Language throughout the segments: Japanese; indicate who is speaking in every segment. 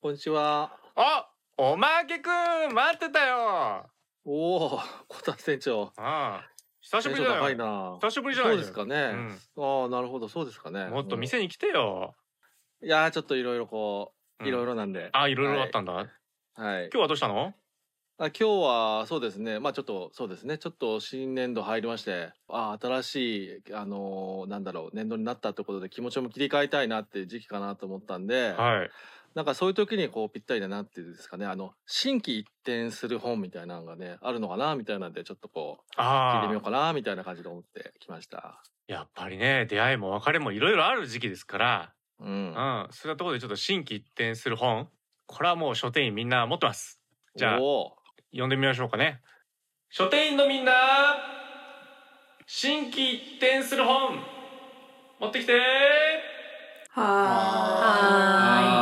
Speaker 1: こんにちは。
Speaker 2: あおまけくん待ってたよ
Speaker 1: おお、こたつ店長。
Speaker 2: ああ久しぶり
Speaker 1: テンション高
Speaker 2: だ
Speaker 1: い
Speaker 2: よ
Speaker 1: な。
Speaker 2: 久しぶりじゃな
Speaker 1: そ
Speaker 2: いう
Speaker 1: ですかね。ああ、なるほど、そうですか
Speaker 2: う
Speaker 1: ね。
Speaker 2: ん、もっと店に来てよ、
Speaker 1: うん。いやー、ちょっといろいろこ
Speaker 2: う
Speaker 1: う、
Speaker 2: ん
Speaker 1: いろいろなんで。
Speaker 2: あいろいろあったんだ、
Speaker 1: はい。
Speaker 2: 今日はどうしたの
Speaker 1: あ今日はそうですねまあちょっとそうですねちょっと新年度入りましてあ新しいあのーなんだろう年度になったってことで気持ちも切り替えたいなっていう時期かなと思ったんで、
Speaker 2: はい
Speaker 1: なんかそういう時にこうぴったりだなっていうんですかねあの新規一転する本みたいなのがねあるのかなみたいなんでちょっとこう聞いて
Speaker 2: あ
Speaker 1: みよう
Speaker 2: あ
Speaker 1: かなみたいな感じで思ってきました。
Speaker 2: やっぱりね出会いも別れもいろいろある時期ですから
Speaker 1: うん
Speaker 2: う、んそういったところでちょっと新規一転する本これはもう書店員みんな持ってますじゃあ
Speaker 1: お
Speaker 2: 読んでみましょうかね書店員のみんな新規一転する本持ってきて
Speaker 3: はーい。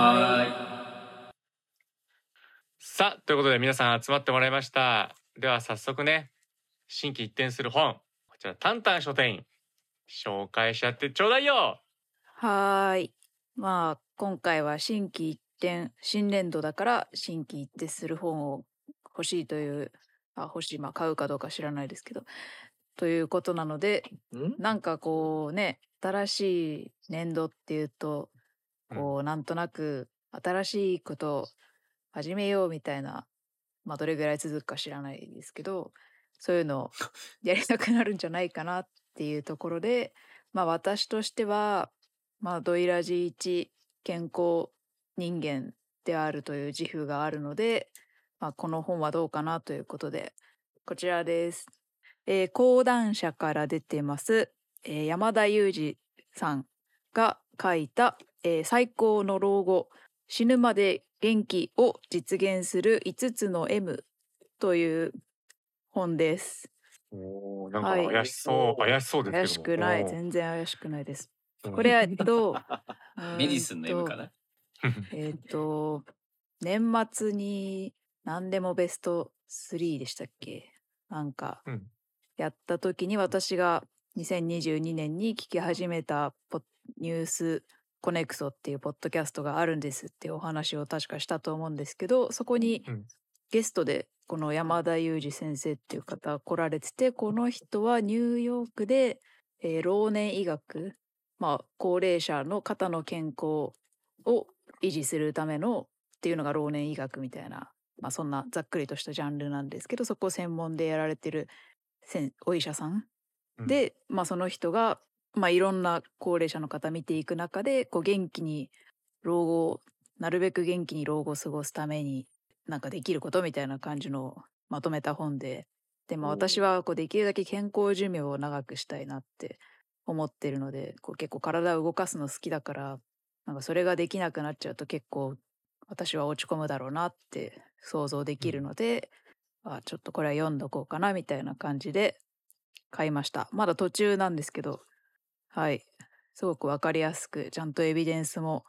Speaker 2: さあということで皆さん集まってもらいましたでは早速ね新規一転する本こちらタンタン書店員紹介し合ってちょうだいよ
Speaker 3: はーい。まあ、今回は新規一転、新年度だから新規一転する本を欲しいという、あ、欲しい、まあ買うかどうか知らないですけど、ということなので、
Speaker 1: ーん
Speaker 3: なんかこうね、新しい年度っていうと、こう、なんとなく新しいことを始めようみたいな、まあどれぐらい続くか知らないですけど、そういう のをやりたくなるんじゃないかなっていうところで、まあ私としては、まあドイラジ一健康人間であるという自負があるので、まあこの本はどうかなということで、こちらです。えー講談社から出てます、えー山田裕二さんが書いた、えー最高の老後死ぬまで元気を実現する5つの M という本です。
Speaker 2: おーなんか
Speaker 3: はい
Speaker 2: 怪しそう、怪しそうですけども
Speaker 3: 怪しくない
Speaker 2: おー
Speaker 3: 全然怪しくな いです。
Speaker 2: うん
Speaker 3: これはどう うーんと
Speaker 4: メディスンの M かな
Speaker 3: えっ、と年末に何でもベスト3でしたっけなんか
Speaker 2: うん
Speaker 3: やった時に私が2022年に聞き始めたポニュースコネクソっていうポッドキャストがあるんですっていうお話を確かしたと思うんですけどそこに
Speaker 2: うん
Speaker 3: ゲストでこの山田裕二先生っていう方来られててこの人はニューヨークで、えー老年医学まあ高齢者の方の健康を維持するためのっていうのが老年医学みたいな、まあ、そんなざっくりとしたジャンルなんですけどそこを専門でやられてるせんお医者さん
Speaker 2: うん
Speaker 3: で、まあ、その人が、まあ、いろんな高齢者の方見ていく中でこう元気に老後をなるべく元気に老後を過ごすためになんかできることみたいな感じのをまとめた本でで、まあ、
Speaker 1: おう
Speaker 3: 私はこうできるだけ健康寿命を長くしたいなって思ってるのでこう結構体を動かすの好きだからなんかそれができなくなっちゃうと結構私は落ち込むだろうなって想像できるので、あちょっとこれは読んどこうかなみたいな感じで買いましたまだ途中なんですけどはいすごくわかりやすくちゃんとエビデンスも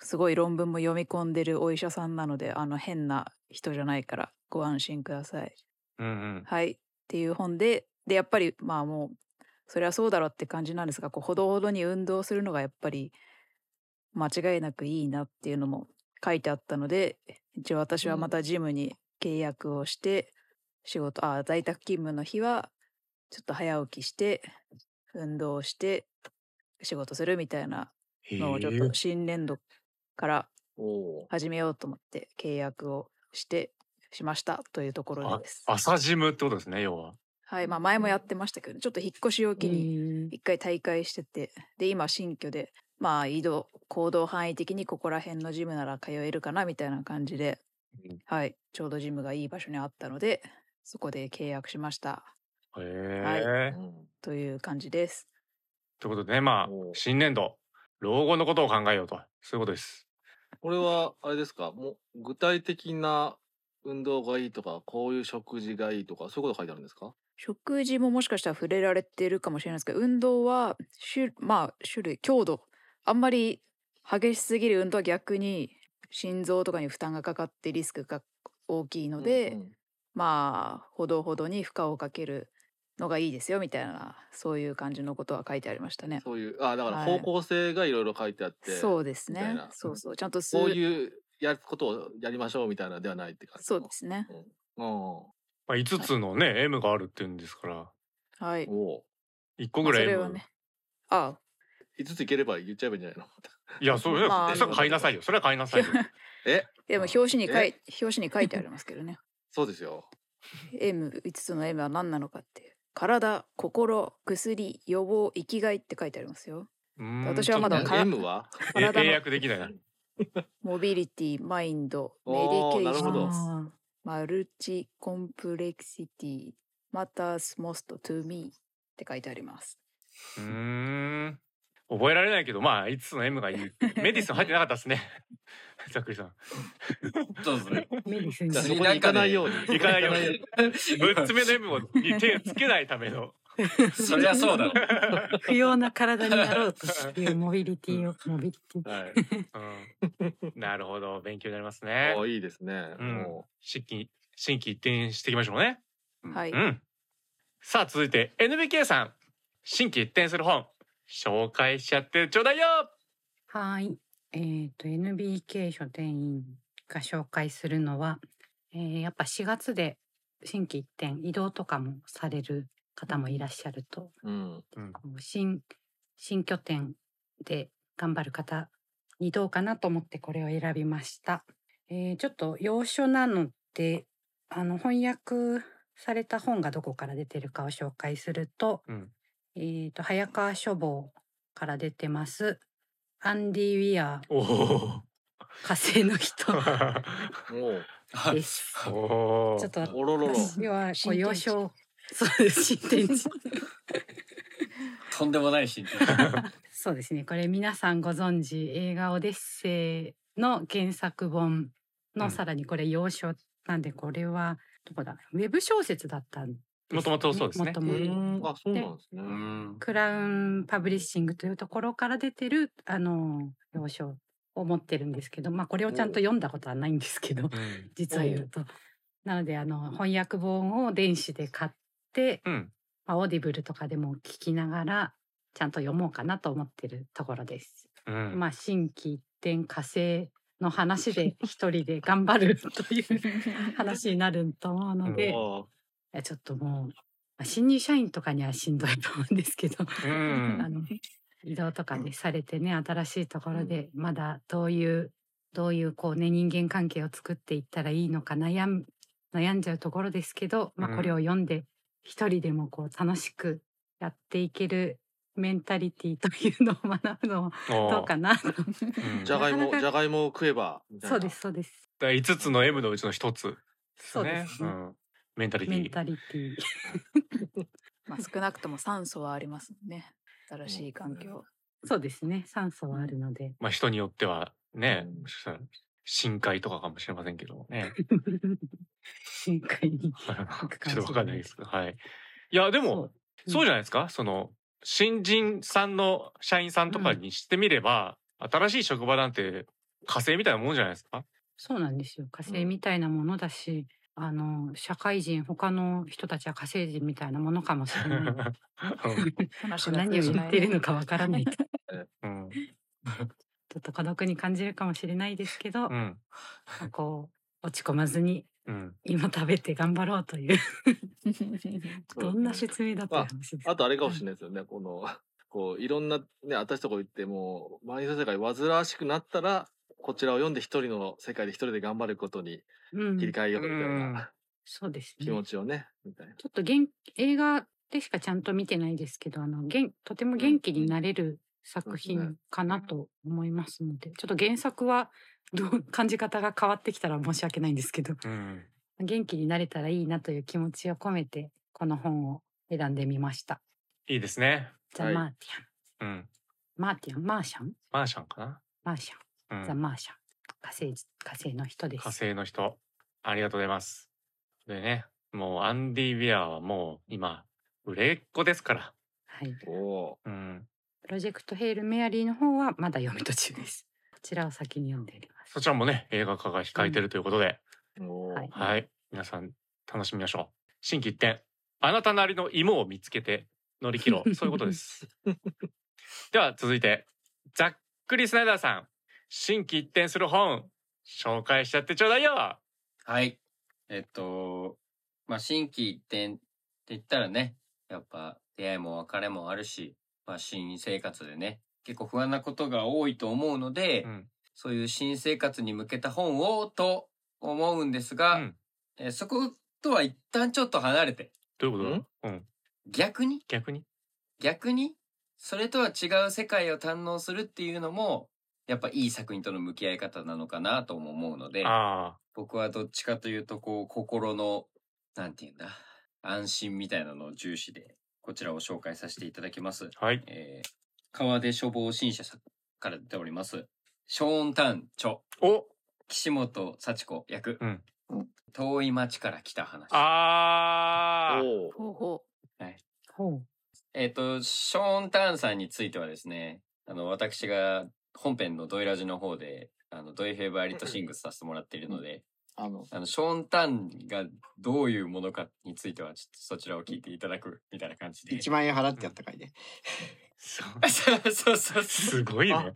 Speaker 3: すごい論文も読み込んでるお医者さんなのであの変な人じゃないからご安心ください
Speaker 2: うんうん
Speaker 3: はいっていう本ででやっぱりまあもうそれはそうだろうって感じなんですがこうほどほどに運動するのがやっぱり間違いなくいいなっていうのも書いてあったので一応私はまたジムに契約をして仕事あ在宅勤務の日はちょっと早起きして運動をして仕事するみたいなのをちょっと新年度から
Speaker 1: おお
Speaker 3: 始めようと思って契約をしてしましたというところです。
Speaker 2: 朝ジムってことですね要は
Speaker 3: はい、まあ前もやってましたけど、ちょっと引っ越しを機に一回大会してて、で、今新居で、まあ移動、行動範囲的にここら辺のジムなら通えるかなみたいな感じで、
Speaker 2: うん
Speaker 3: はい、ちょうどジムがいい場所にあったので、そこで契約しました
Speaker 2: へえ、
Speaker 1: ー
Speaker 3: という感じです。
Speaker 2: ということでねまあ
Speaker 1: おー
Speaker 2: 新年度老後のことを考えようとそういうことです
Speaker 1: これはあれですかもう具体的な運動がいいとかこういう食事がいいとかそういうこと書いてあるんですか
Speaker 3: 食事ももしかしたら触れられてるかもしれないですけど運動は種まあ種類強度あんまり激しすぎる運動は逆に心臓とかに負担がかかってリスクが大きいので、
Speaker 1: うんうん
Speaker 3: まあほどほどに負荷をかけるのがいいですよみたいなそういう感じのことは書いてありましたね。
Speaker 1: そういうあだから
Speaker 3: はい
Speaker 1: 方向性がいろいろ書いてあって、
Speaker 3: そうです
Speaker 1: みたい
Speaker 3: ね
Speaker 1: な。
Speaker 3: そうそうちゃんと数
Speaker 1: こういうやることをやりましょうみたいなではないって感じ
Speaker 3: そうですね。
Speaker 1: うんお
Speaker 2: まあ、5つのね、M があるって言うんですから、
Speaker 3: はい。
Speaker 1: お
Speaker 2: 1個ぐらい
Speaker 3: まあそ
Speaker 2: M。
Speaker 3: れはね。あ
Speaker 1: 5ついければ言っちゃえばいいんじゃないの
Speaker 2: いや、そうよ、
Speaker 3: まあ
Speaker 2: それは買いなさいよ。それは買いなさいよ。
Speaker 1: え
Speaker 3: でも表紙に書い表紙に書いてありますけどね。
Speaker 1: そうですよ
Speaker 3: M 五つの M は何なのかっていう。体、心、薬、予防、生きがいって書いてありますよ。
Speaker 2: うーん
Speaker 3: 私はまだ
Speaker 2: ちょっと
Speaker 3: か
Speaker 2: ね
Speaker 3: ら
Speaker 1: M は
Speaker 2: え
Speaker 3: 体
Speaker 2: 英
Speaker 3: の
Speaker 2: 訳できないな。
Speaker 3: モビリティ、マインド、メデ
Speaker 1: おー
Speaker 3: ィケーシ
Speaker 1: なるほど
Speaker 3: ョン、
Speaker 4: あ
Speaker 3: マルチコンプレクシティ、マタースモストトゥミーって書いてあります。
Speaker 2: うーん。覚えられないけど、まあ、5つの M がいい。メディスン入ってなかったですね。 ざっくりさん。
Speaker 4: そうですね。
Speaker 3: メディ
Speaker 4: スに
Speaker 1: じゃあそこに行かないように
Speaker 2: 行かないように。6つ目の M をに手をつけないための。
Speaker 4: そりゃそうだろう。
Speaker 5: 不要な体になろうとしているモビリ ティを、モビリティ。
Speaker 1: はい
Speaker 2: うん、なるほど。勉強になりますね
Speaker 1: お。いいですね、
Speaker 2: うん
Speaker 1: お
Speaker 2: 新規、新規一転していきましょうね。
Speaker 3: はい。
Speaker 2: うん。さあ、続いて NBK さん。新規一転する本。紹介しちゃってちょうだいよ
Speaker 5: はい。えっ、と、NBK 書店員が紹介するのは、えーやっぱ4月で新規一転、移動とかもされる方もいらっしゃると、
Speaker 1: うん
Speaker 5: 新、新拠点で頑張る方にどうかなと思ってこれを選びました。えーちょっと要所なので、あの、翻訳された本がどこから出てるかを紹介すると、
Speaker 2: うん
Speaker 5: えっ、と、早川書房から出てます、アンディ・ウィアー、
Speaker 2: おお
Speaker 5: 火星の人で
Speaker 4: は
Speaker 5: す。
Speaker 2: おお
Speaker 5: ちょっと
Speaker 1: おおろろろ
Speaker 5: 私はこう
Speaker 3: 新天地
Speaker 5: 幼少そうです新天地
Speaker 4: とんでもないし。
Speaker 5: そうですねこれ皆さんご存知映画「オデッセイ」の原作本の、
Speaker 2: うん
Speaker 5: さらにこれ幼少なんでこれはどこだウェブ小説だったんです
Speaker 2: もともとそうですね
Speaker 5: もと
Speaker 1: う
Speaker 5: もと
Speaker 1: んあそうなんですね
Speaker 4: うん。
Speaker 5: クラウンパブリッシングというところから出てるあの幼少を持ってるんですけどまあこれをちゃんと読んだことはないんですけど
Speaker 2: うん
Speaker 5: 実は言うと。なのであの翻訳本を電子で買って
Speaker 2: うん
Speaker 5: まあ、オーディブルとかでも聞きながらちゃんと読もうかなと思ってるところです。
Speaker 2: うん
Speaker 5: まあ新規一点火星の 話で一人で頑張るという話になると思うので、い
Speaker 1: あ
Speaker 5: やちょっともうまあ新入社員とかにはしんどいと思うんですけど、
Speaker 2: う
Speaker 5: あ
Speaker 2: ん
Speaker 5: の移動とかでされてね新しいところでまだどういうどういうこうね人間関係を作っていったらいいのか悩ん悩んじゃうところですけど、ま
Speaker 2: う
Speaker 5: あ、
Speaker 2: ん
Speaker 5: これを読んで一人でもこう楽しくやっていけるメンタリティというのを学ぶのもどうかなと。
Speaker 2: うん
Speaker 1: じゃがい
Speaker 5: なかな
Speaker 1: も
Speaker 5: か
Speaker 1: じゃがいもを食えばみたいな
Speaker 5: そうですそうです。
Speaker 2: 5つの M のうちの一つ
Speaker 5: そうですね。
Speaker 2: んメンタリテ
Speaker 5: メ
Speaker 2: ィ
Speaker 5: ンタリティ。
Speaker 3: まあ少なくとも酸素はありますね。新しい環境。
Speaker 5: そうですね。酸素はあるので。
Speaker 2: まあ人によってはね、
Speaker 1: うん
Speaker 2: もしかしたら深海とかかもしれませんけどもね
Speaker 5: 深 海 に
Speaker 2: ちょ
Speaker 5: 行くか
Speaker 2: っと
Speaker 5: もしれない
Speaker 2: わかんないですけどはいいやでもそうじゃないですかその新人さんの社員さんとかにしてみれば、新しい職場なんて火星みたいなもんじゃないですか
Speaker 5: そうなんですよ。火星みたいなものだし、あの、社会人、他の人たちは火星人みたいなものかもし れない。
Speaker 3: 話が
Speaker 5: 何
Speaker 3: 通
Speaker 5: を
Speaker 3: じ
Speaker 5: 言
Speaker 3: な
Speaker 5: っ
Speaker 3: い
Speaker 5: てるのかわか らない。ちょ
Speaker 2: うん、うん
Speaker 5: っと孤独に感じるかもしれないですけど、
Speaker 2: う
Speaker 5: ま
Speaker 2: ん
Speaker 5: あこう、落ち込まずに、
Speaker 2: うん、
Speaker 5: 今食べて頑張ろうという、
Speaker 1: そうで
Speaker 5: ど
Speaker 1: すね
Speaker 5: んな説明だった話です。
Speaker 1: あとあれかもしれないですよね。この、 こう、いろんなね、私とこ行って、もう、周りの世界煩わしくなったら、こちらを読んで一人の世界で一人で頑張ることに
Speaker 5: うん
Speaker 1: 切り替えようみたいな
Speaker 5: そうです ね。
Speaker 1: 気持ちをね、みたいな。
Speaker 5: ちょっと元映画でしかちゃんと見てないですけど、あの、元とても元気になれる作
Speaker 1: そうです
Speaker 5: 品
Speaker 1: ね
Speaker 5: かなと思いますので、ちょっと原作はどう感じ方が変わってきたら申し訳ないんですけど、
Speaker 2: うん、
Speaker 5: 元気になれたらいいなという気持ちを込めて、この本を選んでみました。
Speaker 2: いいですね
Speaker 5: ザ・
Speaker 1: はい
Speaker 5: マーテ
Speaker 2: うん
Speaker 5: ィアン。マーティアン、マーシャン
Speaker 2: マーシャンか
Speaker 5: マーシ
Speaker 2: な、う
Speaker 5: ャン、
Speaker 2: ん
Speaker 5: ザ・マーシャン。火星、火星の人です。
Speaker 2: 火星の人ありがとうございますでねもうアンディ・ウィアーはもう今売れっ子ですから、
Speaker 5: はい。
Speaker 1: おお
Speaker 2: うん、
Speaker 5: プロジェクト・ヘイル・メアリーの方はまだ読み途中です。こちらを先に読んでおります。
Speaker 2: そちらもね映画化が控えてるということで、
Speaker 1: ー。おー
Speaker 5: はい
Speaker 2: はい皆さん楽しみましょう新規一点あなたなりの芋を見つけて乗り切 ろうそういうことですでは続いてざっくりスナイダーさん新規一転する本紹介しちゃってちょうだいよ
Speaker 4: はい。えっと、まあ、新規一転って言ったらね、やっぱ出会いも別れもあるし、まあ、新生活でね、結構不安なことが多いと思うので、
Speaker 2: うん
Speaker 4: そういう新生活に向けた本をと思うんですが、
Speaker 2: うん
Speaker 4: えーそことは一旦ちょっと離れて、
Speaker 2: どういうことだうん
Speaker 4: 逆に
Speaker 2: 逆に
Speaker 4: 逆にそれとは違う世界を堪能するっていうのも、やっぱいい作品との向き合い方なのかなとも思うので、
Speaker 2: あ
Speaker 4: 僕はどっちかというと、こう、心の、なんていうんだ、安心みたいなのを重視で、こちらを紹介させていただきます。
Speaker 2: あはい
Speaker 4: えー、川出処方新社さんから出ております。ショーン・タン・チョ、
Speaker 2: お
Speaker 4: 岸本幸子役、
Speaker 2: うん
Speaker 4: 遠い町から来た話。
Speaker 2: あー
Speaker 1: おう
Speaker 3: ほうほ
Speaker 5: ほ
Speaker 4: えっ、と、ショーン・ターンさんについてはですね、あの、私が本編のドイラジの方で、あの、ドイフェバーリットシングスさせてもらっているので、
Speaker 1: あの
Speaker 4: あの、ショーン・ターンがどういうものかについては、ちょっとそちらを聞いていただくみたいな感じで。
Speaker 6: 1万円払ってやったかいね。
Speaker 2: す
Speaker 4: そうそうそうそう。
Speaker 2: すごいね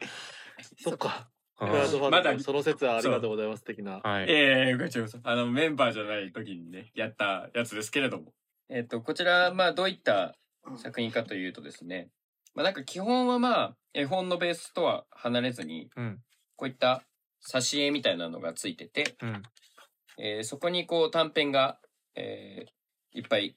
Speaker 1: そっか
Speaker 2: う
Speaker 1: ク
Speaker 2: ん
Speaker 1: ラウドファンディング
Speaker 4: まだ
Speaker 1: その説はありがとうございます的な
Speaker 2: はい
Speaker 4: ええええごちそうさまあの、メンバーじゃない時にね、やったやつですけれども。えっ、と、こちら、まあ、どういった作品かというとですね、まあ、なんか基本はまあ、絵本のベースとは離れずに、
Speaker 2: うん
Speaker 4: こういった挿絵みたいなのがついてて、
Speaker 2: うん
Speaker 4: えーそこにこう短編が、えーいっぱい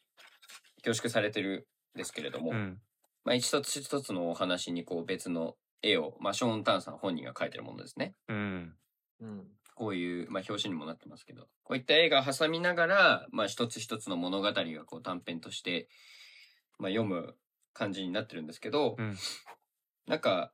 Speaker 4: 凝縮されてるんですけれども、
Speaker 2: うん
Speaker 4: まあ、一つ一つのお話にこう別の絵を、まあ、ショーン・タンさん本人が描いてるものですね。
Speaker 2: うん
Speaker 1: うん
Speaker 4: こういう、まあ、表紙にもなってますけど、こういった絵が挟みながら、まあ、一つ一つの物語がこう短編として、まあ、読む感じになってるんですけど、
Speaker 2: うん
Speaker 4: なんか、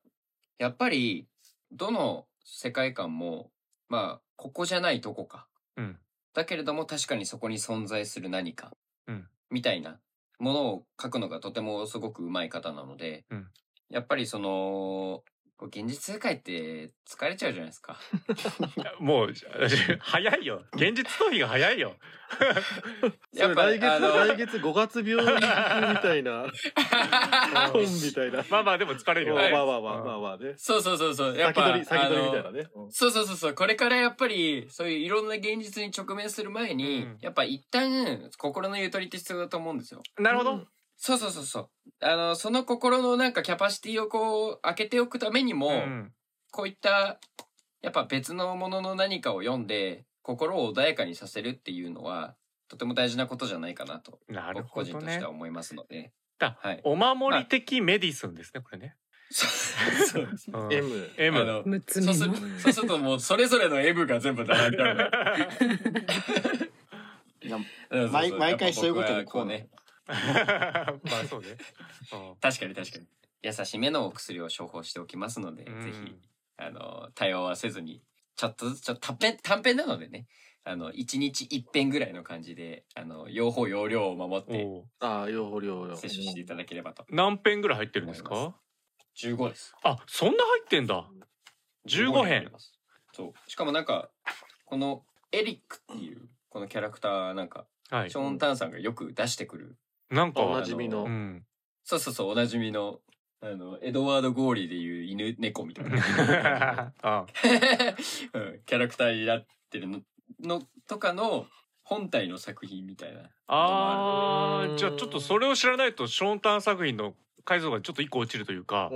Speaker 4: やっぱり、どの世界観も、まあ、ここじゃないとこか。
Speaker 2: うん
Speaker 4: だけれども、確かにそこに存在する何か。
Speaker 2: うん
Speaker 4: みたいなものを書くのがとてもすごく上手い方なので、
Speaker 2: うん
Speaker 4: やっぱりその、こう現実世界って疲れちゃうじゃないです か。
Speaker 2: もう 早いよ現実逃避が早いよ
Speaker 1: それ来月
Speaker 4: あの
Speaker 1: 来月5月病に行くみたいな本みたいな
Speaker 2: まあまあでも疲れるよね
Speaker 1: まあまあまあまあまあね
Speaker 4: そうそうそうそう。やっ
Speaker 1: 先
Speaker 4: ぱ
Speaker 1: 取り先取りみたい
Speaker 4: あ
Speaker 1: な
Speaker 4: の
Speaker 1: ねうん
Speaker 4: そうそうそうそう。これからやっぱり、そういういろんな現実に直面する前に、
Speaker 2: うん
Speaker 4: やっぱ一旦心のゆとりって必要だと思うんですよ。
Speaker 2: なるほど、
Speaker 1: うん
Speaker 4: そうそうそうそう。あの、その心のなんかキャパシティをこう、開けておくためにも、
Speaker 2: うん
Speaker 4: こういった、やっぱ別のものの何かを読んで、心を穏やかにさせるっていうのは、とても大事なことじゃないかなと、
Speaker 2: なる
Speaker 4: 僕個
Speaker 2: ほど
Speaker 4: 人とし
Speaker 2: ね
Speaker 4: ては思いますの で。
Speaker 2: だ
Speaker 4: はい。
Speaker 2: お守り的メディスンですねこれね、
Speaker 4: そうですね。
Speaker 2: うん
Speaker 1: M
Speaker 2: M
Speaker 4: あの
Speaker 5: う。6
Speaker 4: そ
Speaker 5: つ
Speaker 4: う
Speaker 5: 目
Speaker 4: す
Speaker 5: の
Speaker 4: る。そうするともう、それぞれの M が全部並んでる。
Speaker 6: いや
Speaker 4: うんそう
Speaker 6: 毎
Speaker 4: そう
Speaker 6: 毎回そういうこと
Speaker 4: や
Speaker 6: で
Speaker 4: っぱ僕はこうね。
Speaker 2: まあそうね。
Speaker 4: 確かに確かに。優しめのお薬を処方しておきますので、
Speaker 2: うん
Speaker 4: ぜひ、あの、対応はせずに、ちょっとずつ、ちょっと短編、短編なのでね、あの、一日一編ぐらいの感じで、あの、用法用量を守っ
Speaker 2: お
Speaker 4: て、
Speaker 2: う
Speaker 1: ああ両方両方
Speaker 4: 摂取していただければと。
Speaker 2: 何編ぐらい入ってるんです
Speaker 4: 思い
Speaker 2: か？
Speaker 4: 15です。
Speaker 2: あ、そんな入ってんだ。15
Speaker 4: になり
Speaker 2: 編。
Speaker 4: ます。そう。しかもなんか、この、エリックっていう、このキャラクターなんか、
Speaker 2: はい
Speaker 4: シ。ョーン・タンさんがよく出してくる、
Speaker 2: なん
Speaker 1: お
Speaker 2: か
Speaker 1: な、じみ
Speaker 4: あ
Speaker 1: の
Speaker 2: うん。
Speaker 4: そうそうそう、おなじみの、あの、エドワード・ゴーリーでいう犬、猫みたいな。
Speaker 2: あ、
Speaker 4: うんキャラクターになってるののとかの本体の作品みたいな。
Speaker 2: あ
Speaker 1: う
Speaker 2: ー、
Speaker 1: ん
Speaker 2: じゃあちょっとそれを知らないとショーンタン作品の解像がちょっと一個落ちるというか
Speaker 1: お、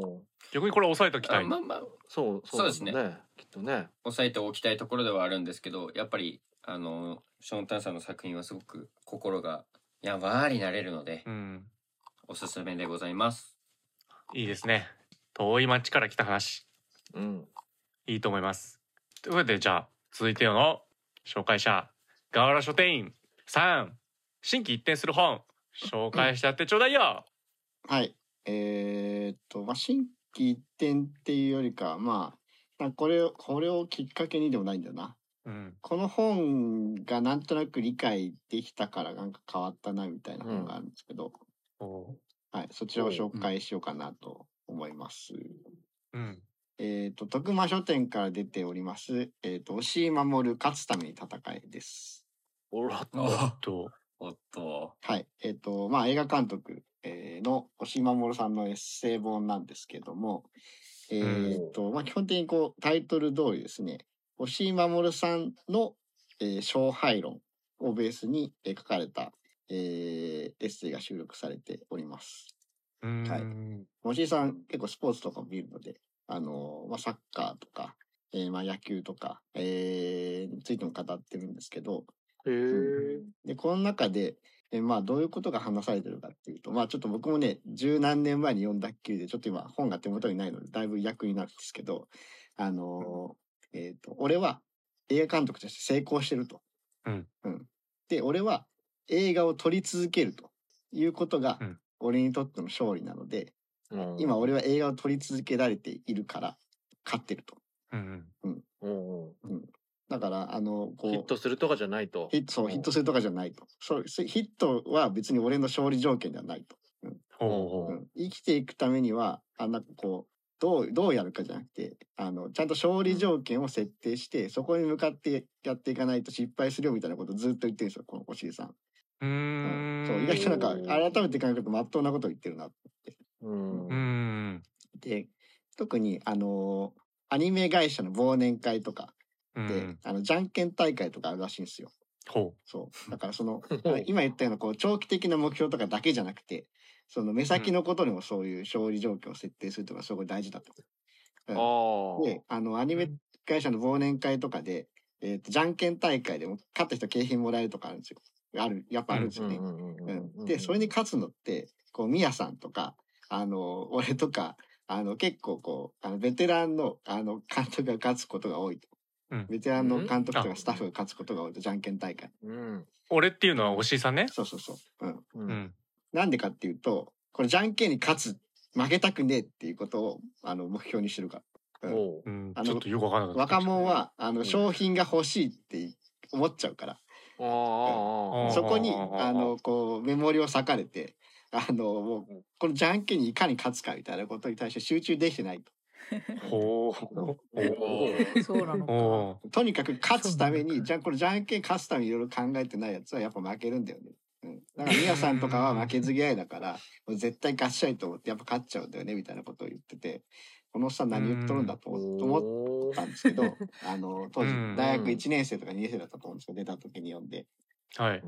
Speaker 1: おー
Speaker 2: 逆にこれ抑えときた
Speaker 4: あ
Speaker 2: い。
Speaker 4: まあまあ、
Speaker 1: そう
Speaker 4: そうですね
Speaker 1: なんだきっとね
Speaker 4: 押さえておきたいところではあるんですけど、やっぱり、あの、ショーン・タンさんの作品はすごく心がやんわりなれるので
Speaker 2: う、ん。
Speaker 4: おすすめでございます。
Speaker 2: いいですね。遠い町から来た話、
Speaker 1: うん
Speaker 2: いいと思います。ということでじゃあ続いての紹介者、ガワラ書店員さん、新規一転する本紹介してやってちょうだいよ。
Speaker 6: はい。えーっと、まあ、新規一点っていうよりか、まあ、なんかこれを、これをきっかけにでもないんだよな。
Speaker 2: うん。
Speaker 6: この本がなんとなく理解できたからなんか変わったなみたいな本があるんですけど、
Speaker 2: おう
Speaker 6: はい、そちらを紹介しようかなと思います。
Speaker 2: うん。
Speaker 6: えっ、と、徳間書店から出ております、えっ、と、押井守る勝つために戦えです。
Speaker 1: おらっと
Speaker 4: おっ
Speaker 2: と、
Speaker 4: おっと。
Speaker 6: はい。えっ、と、まあ、映画監督えーの押井守さんのエッセイ本なんですけども、えっ、と、まあ、基本的にこう、タイトル通りですね、押井守さんの、えー勝敗論をベースに、えー書かれた、えーエッセイが収録されております。
Speaker 2: うーん
Speaker 6: はい押井さん結構スポーツとかも見るので、あのーまあ、サッカーとか、えーまあ、野球とか、えーについても語ってるんですけど、
Speaker 1: へえ。
Speaker 6: で、この中で、えーまあ、どういうことが話されてるかっていうと、まあ、ちょっと僕もね、十何年前に読んだっきりで、ちょっと今本が手元にないので、だいぶ役になるんですけど、あのーえっ、と、俺は映画監督として成功してると。
Speaker 2: うん。
Speaker 6: で、俺は映画を撮り続けるということが
Speaker 2: うん、
Speaker 6: 俺にとっての勝利なので、
Speaker 1: うん
Speaker 6: 今。俺は映画を撮り続けられているから、勝ってると。
Speaker 2: うん
Speaker 1: うんうん
Speaker 6: だから、あの、こう。
Speaker 1: ヒットするとかじゃないと。
Speaker 6: ヒットそう
Speaker 1: うん
Speaker 6: ヒットするとかじゃないとそうそうヒットは別に俺の勝利条件ではないと、
Speaker 2: ほうほ
Speaker 6: う
Speaker 2: うん
Speaker 6: 生きていくためにはあなんかこうどうどうやるかじゃなくてあのちゃんと勝利条件を設定して、そこに向かってやっていかないと失敗するよみたいなことをずっと言ってるんですよこのおしりさん、
Speaker 2: うー
Speaker 6: うん
Speaker 2: ん
Speaker 6: そう意外となんか改めて考えるとまっとうなことを言ってるな
Speaker 1: うん
Speaker 2: うーん
Speaker 6: で特にあのアニメ会社の忘年会とか
Speaker 2: う
Speaker 6: で、
Speaker 2: ん
Speaker 6: あのじゃんけん大会とかあるらしいんですよ
Speaker 2: ほ
Speaker 6: そう。だからそ の
Speaker 1: うん、
Speaker 6: 今言ったようなこう長期的な目標とかだけじゃなくて、その目先のことにもそういう勝利状況を設定するとかすごい大事だと。
Speaker 1: ああ。
Speaker 6: で、あの、アニメ会社の忘年会とかで、えっ、と、じゃんけん大会でも勝った人景品もらえるとかあるんですよ。ある、やっぱあるんですよね。うんで、それに勝つのって、こう、ミヤさんとか、あの、俺とか、あの、結構こう、あの、ベテランの、あの、監督が勝つことが多いと。
Speaker 2: うん
Speaker 6: ベテランの監督と
Speaker 2: う
Speaker 6: か
Speaker 2: ん
Speaker 6: スタッフが勝つことが多いと、じゃんけん大会。
Speaker 1: うん。
Speaker 2: う俺っていうのはおしいさんね
Speaker 6: そうそうそう。うん。
Speaker 1: う。
Speaker 2: うんん
Speaker 6: なんでかっていうと、これじゃんけんに勝つ、負けたくねえっていうことを、あの、目標にしてるかうん
Speaker 1: おう
Speaker 2: うん
Speaker 6: あの
Speaker 2: ちょっとよくわからな
Speaker 6: ら。
Speaker 2: かった
Speaker 6: 若者は、あ
Speaker 1: うん
Speaker 6: の、商品が欲しいって思っちゃうから、
Speaker 1: ああああ。
Speaker 6: そこに、
Speaker 2: あー
Speaker 6: あの、こう、メモリを割かれて、あの、もう、このじゃんけんにいかに勝つかみたいなことに対して集中できてない
Speaker 2: ほう
Speaker 1: おう
Speaker 3: そうなの
Speaker 2: お
Speaker 3: か。
Speaker 2: お
Speaker 6: と。とにかく勝つため
Speaker 5: そうなん
Speaker 6: に、
Speaker 5: だ
Speaker 6: じゃんこれじゃんけん勝つためにいろいろ考えてないやつはやっぱ負けるんだよね。うん、だから、ミヤさんとかは負けず嫌いだから、もう絶対勝ちたいと思って、やっぱ勝っちゃうんだよね、みたいなことを言ってて、このおっさん何言っとるんだと思と思っ
Speaker 1: おう
Speaker 6: ったんですけど、 あの、当時
Speaker 2: うん、
Speaker 6: 大学1年生とか2年生だったと思うんですけど、出た時に読んで、
Speaker 2: はい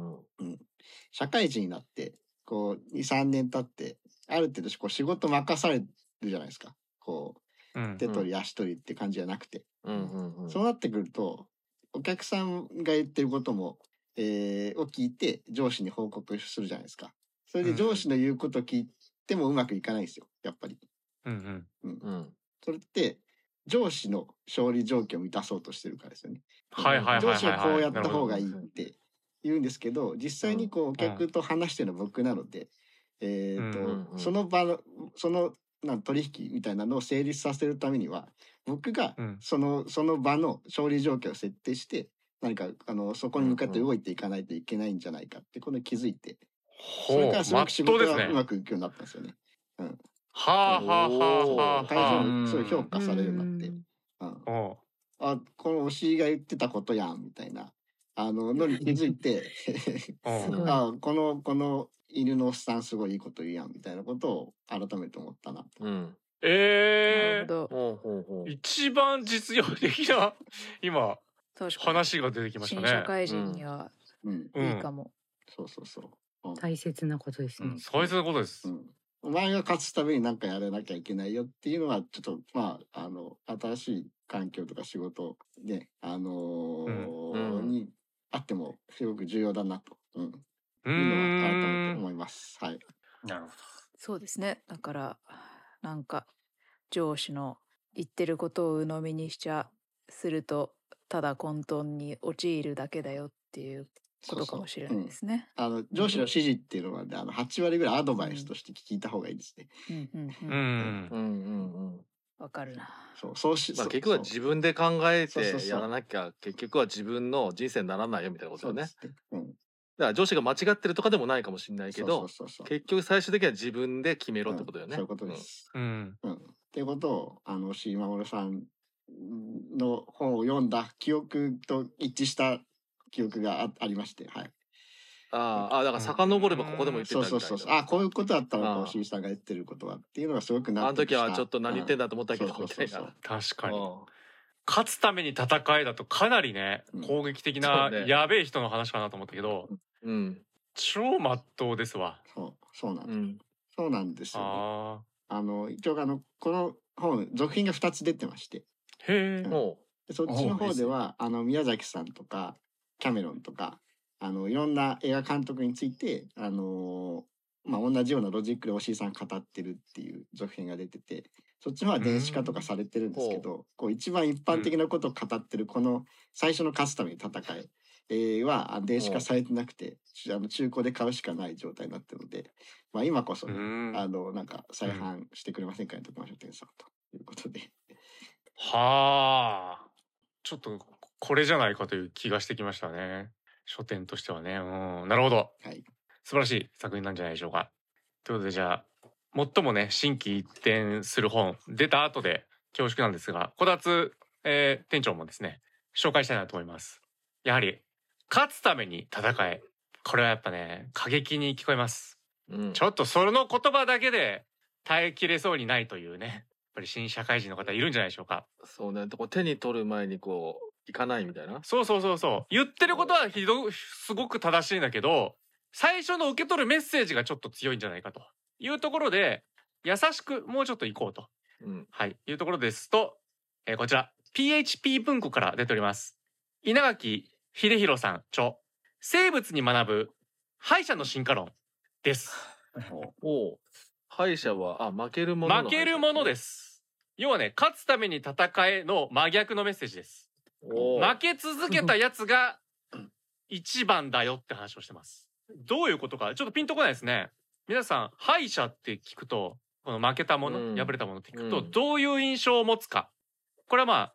Speaker 6: 社会人になって、こう、2、3年経って、ある程度、こう、仕事任されるじゃないですか。こ
Speaker 2: うん
Speaker 6: う、手取り足取りって感じじゃなくて。
Speaker 1: うんうんうん。
Speaker 6: そうなってくると、お客さんが言ってることも、えーを聞いて、上司に報告するじゃないですか。それで上司の言うことを聞いてもうまくいかないんですよ、やっぱり。
Speaker 2: うんうん
Speaker 1: うん。
Speaker 6: それって、上司の勝利状況を満たそうとしてるからですよね。
Speaker 2: はいはいはいはい
Speaker 6: 上司はこうやった方が
Speaker 2: いい
Speaker 6: いいって言うんですけど実際にこうお客と話してるのは僕なので、えーと
Speaker 2: うん
Speaker 1: うんうん
Speaker 6: その場のそのなん取引みたいなのを成立させるためには僕が
Speaker 2: うん
Speaker 6: その,、その場の勝利状況を設定して何かあのそこに向かって動いていかないといけないんじゃないかってこの気づいてそ
Speaker 2: ほ
Speaker 6: れ
Speaker 2: う
Speaker 6: からす
Speaker 2: ま
Speaker 6: ご
Speaker 2: っ
Speaker 6: く仕
Speaker 2: とう
Speaker 6: 事
Speaker 2: です
Speaker 6: が
Speaker 2: ね
Speaker 6: うまくいくようになったんですよね。
Speaker 2: はあはあはあは
Speaker 6: 会
Speaker 2: あ
Speaker 6: 社
Speaker 2: は
Speaker 6: もすごい評
Speaker 5: う
Speaker 6: 価されるようになって。
Speaker 5: ん
Speaker 6: うん
Speaker 2: あおう
Speaker 6: あ、この推しが言ってたことやん、みたいな、あの、のに気づいて、
Speaker 2: お
Speaker 5: す
Speaker 2: う
Speaker 5: ごい。
Speaker 6: あ、この、この犬のおっさんすごいいいこと言うやん、みたいなことを改めて思ったな。
Speaker 1: うん。
Speaker 3: なる
Speaker 2: え
Speaker 3: ほど
Speaker 1: お。うほうほう。
Speaker 2: 一番実用的な今
Speaker 3: 確かに
Speaker 2: 話が出てきました
Speaker 3: 新社
Speaker 2: ね。
Speaker 3: 会人には
Speaker 6: うん。
Speaker 2: う
Speaker 3: いいか
Speaker 2: ん、
Speaker 3: も。
Speaker 6: そうそうそう。うん
Speaker 5: 大切なことですね。
Speaker 2: そういうことです
Speaker 6: う。ん。お前が勝つために何かやらなきゃいけないよっていうのは、ちょっと、まあ、あの、新しい環境とか仕事、ね、あのー
Speaker 1: うんうん
Speaker 6: にあっても、すごく重要だなと、うん、いう
Speaker 2: う
Speaker 6: のは改
Speaker 2: ー
Speaker 6: め
Speaker 2: ん。
Speaker 6: て思います。はい。
Speaker 4: なるほど。
Speaker 3: そうですね。だから、なんか、上司の言ってることを鵜呑みにしちゃ、すると、ただ混沌に陥るだけだよっていうこ
Speaker 6: そう
Speaker 3: と
Speaker 6: そ
Speaker 3: か
Speaker 6: う
Speaker 3: もしれないですね。
Speaker 6: あの上司の指示っていうのはね、あの8割ぐらいアドバイスとして聞いた方がいいですね。
Speaker 3: うんう
Speaker 2: う
Speaker 3: んう
Speaker 2: ん
Speaker 3: ん。
Speaker 1: う。んうんうん。
Speaker 3: わか るな。
Speaker 6: そうそうし、
Speaker 1: まあ
Speaker 6: そう
Speaker 1: 結局は
Speaker 6: そう
Speaker 1: 自分で考え
Speaker 6: そうそうそ
Speaker 1: て
Speaker 6: う
Speaker 1: やらなきゃ結局は自分の人生にならないよみたいなこと
Speaker 6: そ
Speaker 1: よ
Speaker 6: うで
Speaker 1: ね。
Speaker 6: すね。うん。
Speaker 1: だから上司が間違ってるとかでもないかもしれないけ
Speaker 6: そう
Speaker 1: ど
Speaker 6: そうそうそう
Speaker 1: 結局最終的には自分で決めろってことだよね。
Speaker 6: うんそういうことで。す。
Speaker 2: うん。
Speaker 6: うん。っていうことをあの椎守さんの本を読んだ記憶と一致した記憶があありまして、はい。
Speaker 1: あああだから遡ればここでも言ってたみ
Speaker 6: そ
Speaker 1: たいな
Speaker 6: うそうそうそう。あこういうことだったの
Speaker 1: あ
Speaker 6: か
Speaker 1: あ
Speaker 6: 椎さんが言ってることはっていうのがすごくな
Speaker 1: あの時はちょっと何言ってん
Speaker 6: だ
Speaker 1: だと思ったけど
Speaker 6: そう
Speaker 1: み
Speaker 6: そ
Speaker 1: た
Speaker 6: う
Speaker 1: い
Speaker 6: そう
Speaker 1: な
Speaker 6: そう。
Speaker 2: 確かに。勝つために戦えだとかなりね
Speaker 6: うん
Speaker 2: 攻撃的な
Speaker 1: そうね
Speaker 2: やべえ人の話かなと思ったけど、
Speaker 1: うん
Speaker 2: 超まっとうですわ。
Speaker 6: そう、そうなん
Speaker 1: う
Speaker 6: です。
Speaker 1: ん
Speaker 6: そうなんですよ、ね。
Speaker 2: あ
Speaker 6: あの、一応あの、この本、続品が2つ出てまして、
Speaker 2: あへえ。
Speaker 1: も
Speaker 6: でそっちの方では、あの、宮崎さんとか、キャメロンとか、あの、いろんな映画監督について、あのーまあ、同じようなロジックでおしいさん語ってるっていう続編が出てて、そっちの方は電子化とかされてるんですけど、こう一番一般的なことを語ってるこの最初の勝つために戦い、えーはあ電子化されてなくて、あの中古で買うしかない状態になってるので、まあ今こそ
Speaker 2: う
Speaker 6: ね、
Speaker 2: ん。
Speaker 6: あ
Speaker 2: は
Speaker 6: の、なんか再販してくれませんかね、徳間書店さんということで。
Speaker 2: あ。ちょっとこれじゃないかという気がしてきましたね。書店としてはね。うん。なるほど。
Speaker 6: はい。
Speaker 2: 素晴らしい作品なんじゃないでしょうか。ということでじゃあ最もね新規一転する本出た後で恐縮なんですがこたつ、えー店長もですね紹介したいなと思います。やはり勝つために戦えこれはやっぱね過激に聞こえます。
Speaker 1: う、うん、
Speaker 2: ちょっとその言葉だけで耐えきれそうにないというねやっぱり新社会人の方いるんじゃないでしょうか。
Speaker 1: そうねこう手に取る前にこう行かないみたいな
Speaker 2: そうそうそうそう言ってることはひどすごく正しいんだけど最初の受け取るメッセージがちょっと強いんじゃないかというところで優しくもうちょっと行こうと、
Speaker 1: うん
Speaker 2: はい、いうところですと、えーこちら PHP 文庫から出ております稲垣秀弘さん著「生物に学ぶ敗者の進化論」です。
Speaker 1: おう敗者はあ負けるものの
Speaker 2: 負けるものですす。要はね勝つために戦えの真逆のメッセージです。
Speaker 1: おう
Speaker 2: 負け続けたやつが一番だよって話をしてます。どういうことか、ちょっとピンとこないですね。皆さん、敗者って聞くと、この負けたもの、
Speaker 1: うん
Speaker 2: 敗れたものって聞くと、
Speaker 1: うん
Speaker 2: どういう印象を持つか。これはまあ、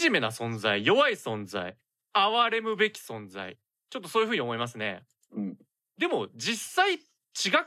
Speaker 2: 惨めな存在、弱い存在、哀れむべき存在。ちょっとそういうふうに思いますね。
Speaker 6: うん。
Speaker 2: でも、実際、違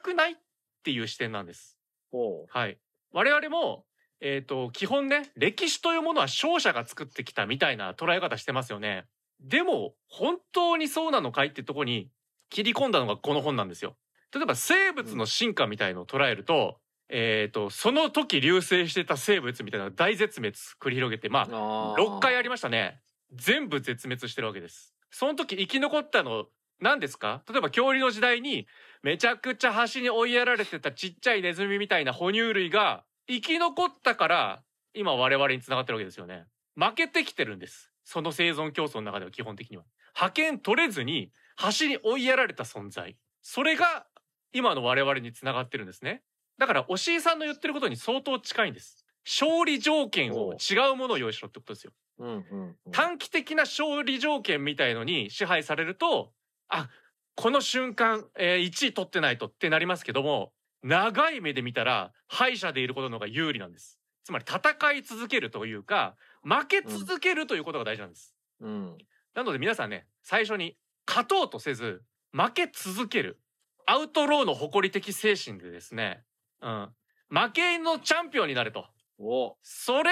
Speaker 2: くないっていう視点なんです。
Speaker 1: おう
Speaker 2: はい。我々も、えっ、と、基本ね、歴史というものは勝者が作ってきたみたいな捉え方してますよね。でも、本当にそうなのかいってとこに切り込んだのがこの本なんですよ。例えば、生物の進化みたいのを捉えると、えっ、と、その時流星してた生物みたいなのが大絶滅繰り広げて、まあ、
Speaker 1: あ
Speaker 2: 6回あ
Speaker 1: り
Speaker 2: りましたね全部絶滅してるわけですその時生き残ったの何ですか例えば恐竜の時代にめちゃくちゃ端に追いやられてたちっちゃいネズミみたいな哺乳類が生き残ったから今我々に繋がってるわけですよね負けてきてるんですその生存競争の中では基本的には覇権取れずに端に追いやられた存在それが今の我々に繋がってるんですねだから、おしいさんの言ってることに相当近いんです。勝利条件を違うものを用意しろってことですよ。
Speaker 1: うんうんうん
Speaker 2: 短期的な勝利条件みたいのに支配されると、あ、この瞬間、えー1位取ってないとってなりますけども、長い目で見たら、敗者でいることの方が有利なんです。つまり、戦い続けるというか、負け続けるということが大事なんです。
Speaker 1: うん
Speaker 2: なので皆さんね、最初に勝とうとせず、負け続ける。アウトローの誇り的精神でですね、うん。負け犬のチャンピオンになれと。
Speaker 1: おう
Speaker 2: それ、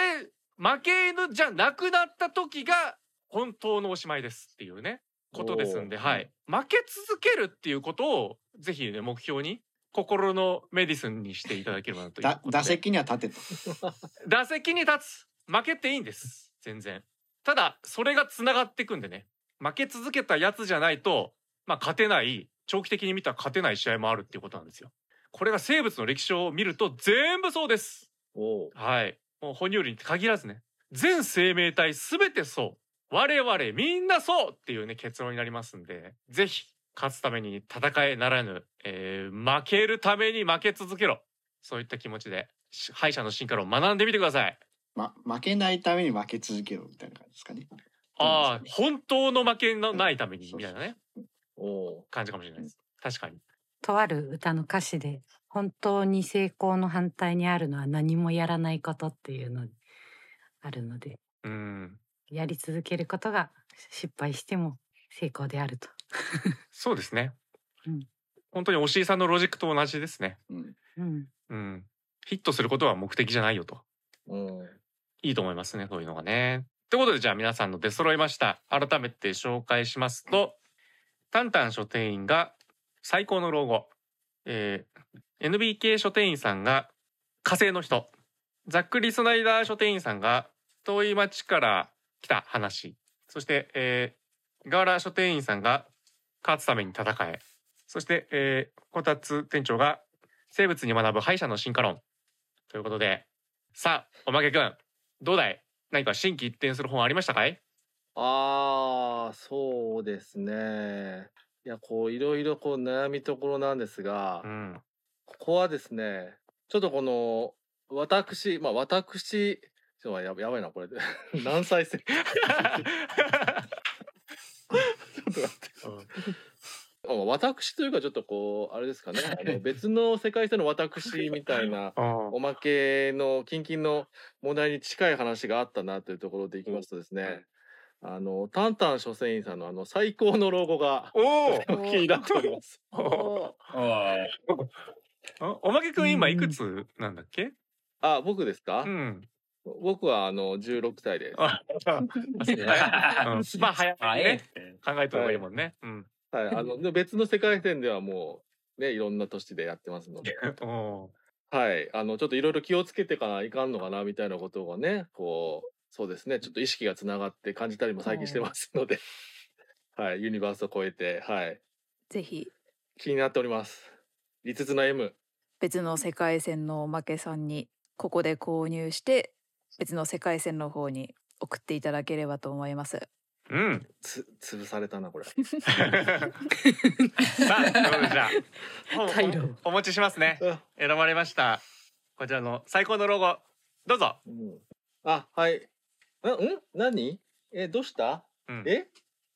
Speaker 2: 負け犬じゃなくなった時が本当のおしまいですっていうね、ことですんで、
Speaker 1: おー
Speaker 2: はい。負け続けるっていうことを、ぜひね、目標に、心のメディスンにしていただければなという
Speaker 6: だ
Speaker 2: ことで。
Speaker 6: 打席には立てと。
Speaker 2: 打席に立つ負けていいんです全然ただそれがつながっていくんでね負け続けたやつじゃないと、まあ、勝てない長期的に見たら勝てない試合もあるっていうことなんですよこれが生物の歴史を見ると全部そうです
Speaker 1: おう
Speaker 2: はいもう哺乳類に限らずね全生命体全てそう我々みんなそうっていうね結論になりますんでぜひ勝つために戦えならぬ、えー負けるために負け続けろそういった気持ちでし敗者の進化論を学んでみてください
Speaker 6: ま、負けないために負け続けろみたいな感じですかね。
Speaker 2: ああ
Speaker 6: うん
Speaker 2: 本当の負けのないために
Speaker 6: うん
Speaker 2: みたいなね
Speaker 1: おう
Speaker 2: 感じかもしれないです確かに
Speaker 5: とある歌の歌詞で本当に成功の反対にあるのは何もやらないことっていうのにあるので
Speaker 2: うん
Speaker 5: やり続けることが失敗しても成功であると。
Speaker 2: そうですね、
Speaker 5: うん
Speaker 2: 本当に押井さんのロジックと同じですね
Speaker 6: うん。
Speaker 5: うん、
Speaker 2: うんヒットすることは目的じゃないよと
Speaker 1: うん
Speaker 2: いいと思いますね、そういうのがね。ってことで、じゃあ皆さんの出揃いました。改めて紹介しますと、タンタン書店員が最高の老後、えー NBK 書店員さんが火星の人、ザックリスナイダー書店員さんが遠い町から来た話そして、えー、ガーラ書店員さんが勝つために戦えそして、えー、こたつ店長が生物に学ぶ敗者の進化論ということでさあおまけくんどうだい何か新規一転する本ありましたかい
Speaker 1: ああそうですねいやこういろいろこう悩みどころなんですが、
Speaker 2: うん
Speaker 1: ここはですねちょっとこの私まあ私ちょっとやばやばいなこれ 何歳 生ちょっと待ってまあ私というかちょっとこうあれですかね あの別の世界線の私みたいなおまけの近々の問題に近い話があったなというところでいきますとですね、あのタンタン書店員さんのあの最高の老後が
Speaker 2: おー
Speaker 1: 気になっております。
Speaker 2: お
Speaker 3: お
Speaker 4: ああ。
Speaker 2: ーおまけくん今いくつなんだっけ
Speaker 1: あ僕ですか、
Speaker 2: うん
Speaker 1: 僕はあの16歳です。は
Speaker 2: あ そうだね うんまあ早
Speaker 4: あ
Speaker 2: いね
Speaker 4: ええ
Speaker 2: 考えた方がいいもんねうん
Speaker 1: い、あので別の世界線ではもうねいろんな年でやってます ので。
Speaker 2: おー
Speaker 1: はい、あのちょっといろいろ気をつけてかないかんのかなみたいなことがねこうそうですねちょっと意識がつながって感じたりも最近してますので、はい、ユニバースを超えて、はい、
Speaker 3: ぜひ
Speaker 1: 気になっております。五つの M
Speaker 3: 別の世界線のおまけさんにここで購入して別の世界線の方に送っていただければと思います。
Speaker 2: うん
Speaker 1: つ潰されたな これ。
Speaker 2: さあ、ということでじゃ あ、
Speaker 5: 退路
Speaker 2: おお持ちしますね。選ばれました。こちらの最高のロゴ、どうぞ。
Speaker 1: うん、あはい。あん何えどうした
Speaker 2: うん、
Speaker 1: え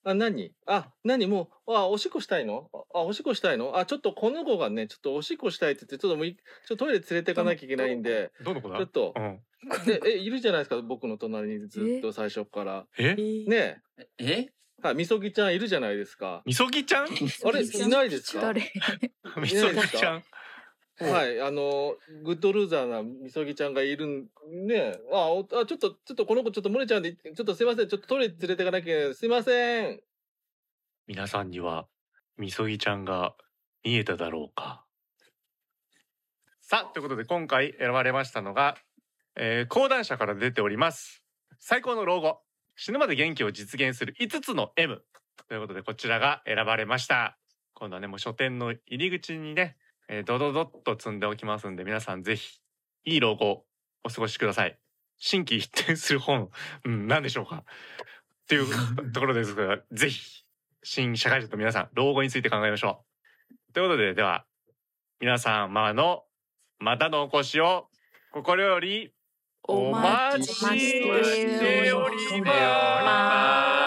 Speaker 1: あ何あ何もうあおしっこしたいのあおしっこしたいのあちょっとこの子がねちょっとおしっこしたいって言ってちょっともういちょっとトイレ連れてかなきゃいけないんで
Speaker 2: どの子だ
Speaker 1: ちょっ。と
Speaker 2: うん、
Speaker 1: でえいるじゃないですか僕の隣にずっと最初から
Speaker 2: え、
Speaker 1: ね
Speaker 4: え
Speaker 1: えはいみそぎちゃんいるじゃないですか
Speaker 2: みそぎ ちゃん。
Speaker 1: あれいないですか
Speaker 3: 誰
Speaker 2: みそぎちゃん。
Speaker 1: はいあのグッドルーザーなみそぎちゃんがいるんねえあおあちょっとちょっとこの子ちょっと漏れちゃうんでちょっとすいませんちょっとトイレ連れてかなきゃいけないすいません
Speaker 2: 皆さんには、みそぎちゃんが見えただろうか。さあ、ということで、今回選ばれましたのが、えー、講談社から出ております。最高の老後。死ぬまで元気を実現する5つの M。ということで、こちらが選ばれました。今度はね、もう書店の入り口にね、えー、ドドドッと積んでおきますんで、皆さんぜひ、いい老後をお過ごしください。新規一転する本、うん、何でしょうかっていうところですが、ぜひ、新社会人の皆さん、老後について考えましょう。ということで、では、皆様のまたのお越しを心よりお待ちしております。